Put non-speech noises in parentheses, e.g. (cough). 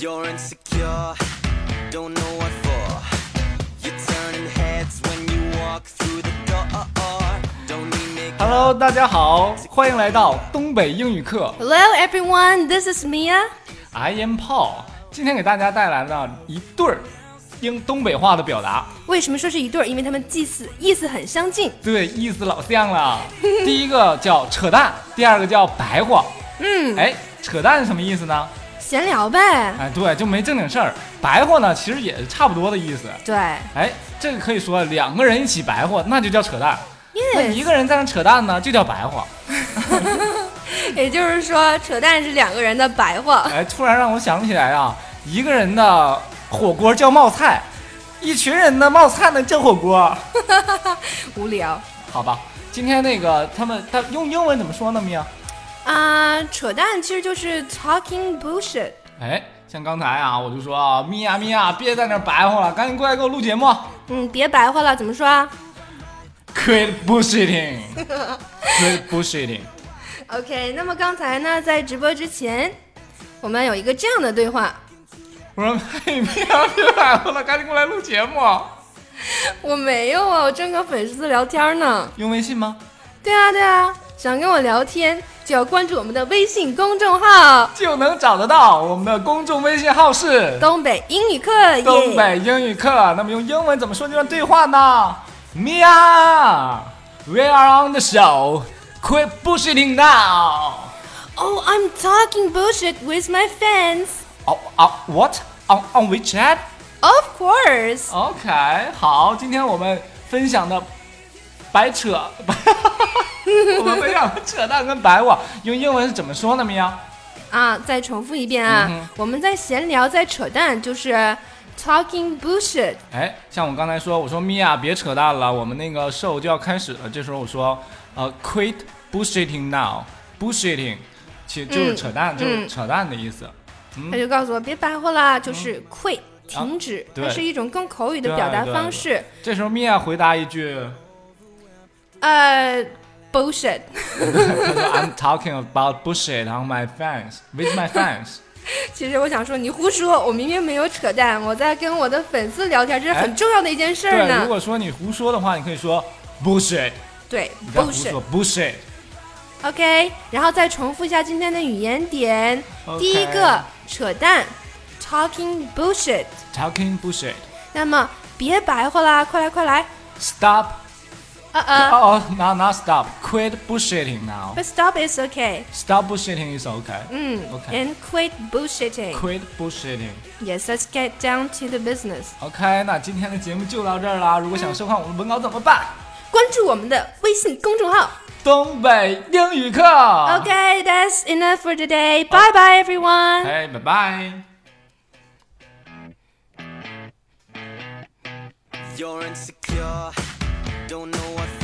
You're insecure, don't know what for. You're turning heads when you walk through the door. Don't need make Hello，大家好，欢迎来到东北英语课 Hello everyone, this is Mia. ，I am Paul。今天给大家带来了一对儿英东北话的表达，为什么说是一对儿？因为他们祭祀意思很相近。对，意思老像了。第一个叫扯淡，第二个叫白话。嗯，哎，扯淡是什么意思呢？闲聊呗。哎，对，就没正经事儿。白话呢，其实也差不多的意思。对，哎，这个可以说两个人一起白话，那就叫扯淡。那一因个人在那扯淡呢，就叫白话。为也就是说，扯淡是两个人的白话。 (laughs) 哎，突然让我想起来啊，一个人的火锅叫冒菜，一群人的冒菜呢叫火锅，无聊好吧？今天那个他们他用英文怎么说呢？咪呀，啊扯淡其实就是 talking bullshit。哎，像刚才啊，我就说啊，咪呀咪呀，别在那儿白话了，赶紧过来给我录节目。嗯，别白话了，怎么说啊 Quit (laughs) bullshitting，quit bullshitting。 (laughs) ？OK，那么刚才呢，在直播之前，我们有一个这样的对话，我说，嘿，咪呀，别白话了，赶紧过来录节目。我没有啊，我正跟粉丝聊天呢。用微信吗？对啊，对啊，想跟我聊天就要关注我们的微信公众号。就能找得到。我们的公众微信号是东北英语课，耶东北英语课。那么用英文怎么说这段对话呢？Mia，we are on the show. Quit bullshitting now. Oh, I'm talking bullshit with my fans. Oh, oh, what? On on WeChat? Of course. OK，好，今天我们分享的白扯， (laughs) 我们分享的 (laughs) 扯淡跟白话，用英文是怎么说呢？Mia，啊，再重复一遍啊，嗯哼我们在闲聊，在扯淡，就是 talking bullshit。哎，像我刚才说，我说 Mia 别扯淡了，我们那个 show 就要开始了。这时候我说，呃，quit bullshitting now，bullshitting，其实就是嗯扯淡，就是嗯扯淡的意思。嗯他就告诉我别白活啦，就是 quit，、停止。啊对它是一种更口语的对表达对方式。这时候 Mia 回答一句呃，bullshit。 (laughs) 她说：“I'm talking about bullshit on my fans with my (laughs) fans。其实我想说，你胡说，我明明没有扯淡，我在跟我的粉丝聊天，这是哎很重要的一件事儿对，如呢。果说你胡说的话，你可以说 bullshit，对你在胡，bullshit 说。bullshit。 OK，然后再重复一下今天的语言点。 OK 第一个扯淡，talking bullshit。 Talking bullshit. 那么别白活啦，快来快来， Stop. 呃呃、哦、n o not stop. Quit bullshitting now. b u t stop is okay。 Stop bullshitting is okay. 嗯 OK ，and quit bullshitting。 Quit bullshitting. Yes, let's get down to the business。 OK，那今天的节目就到这儿啦。如果想收看我们的文稿怎么办？关注我们的微信公众号。东北英语课。 OK, that's enough for today. Bye bye everyone. 哎，拜拜。 You're insecure, don't know what for.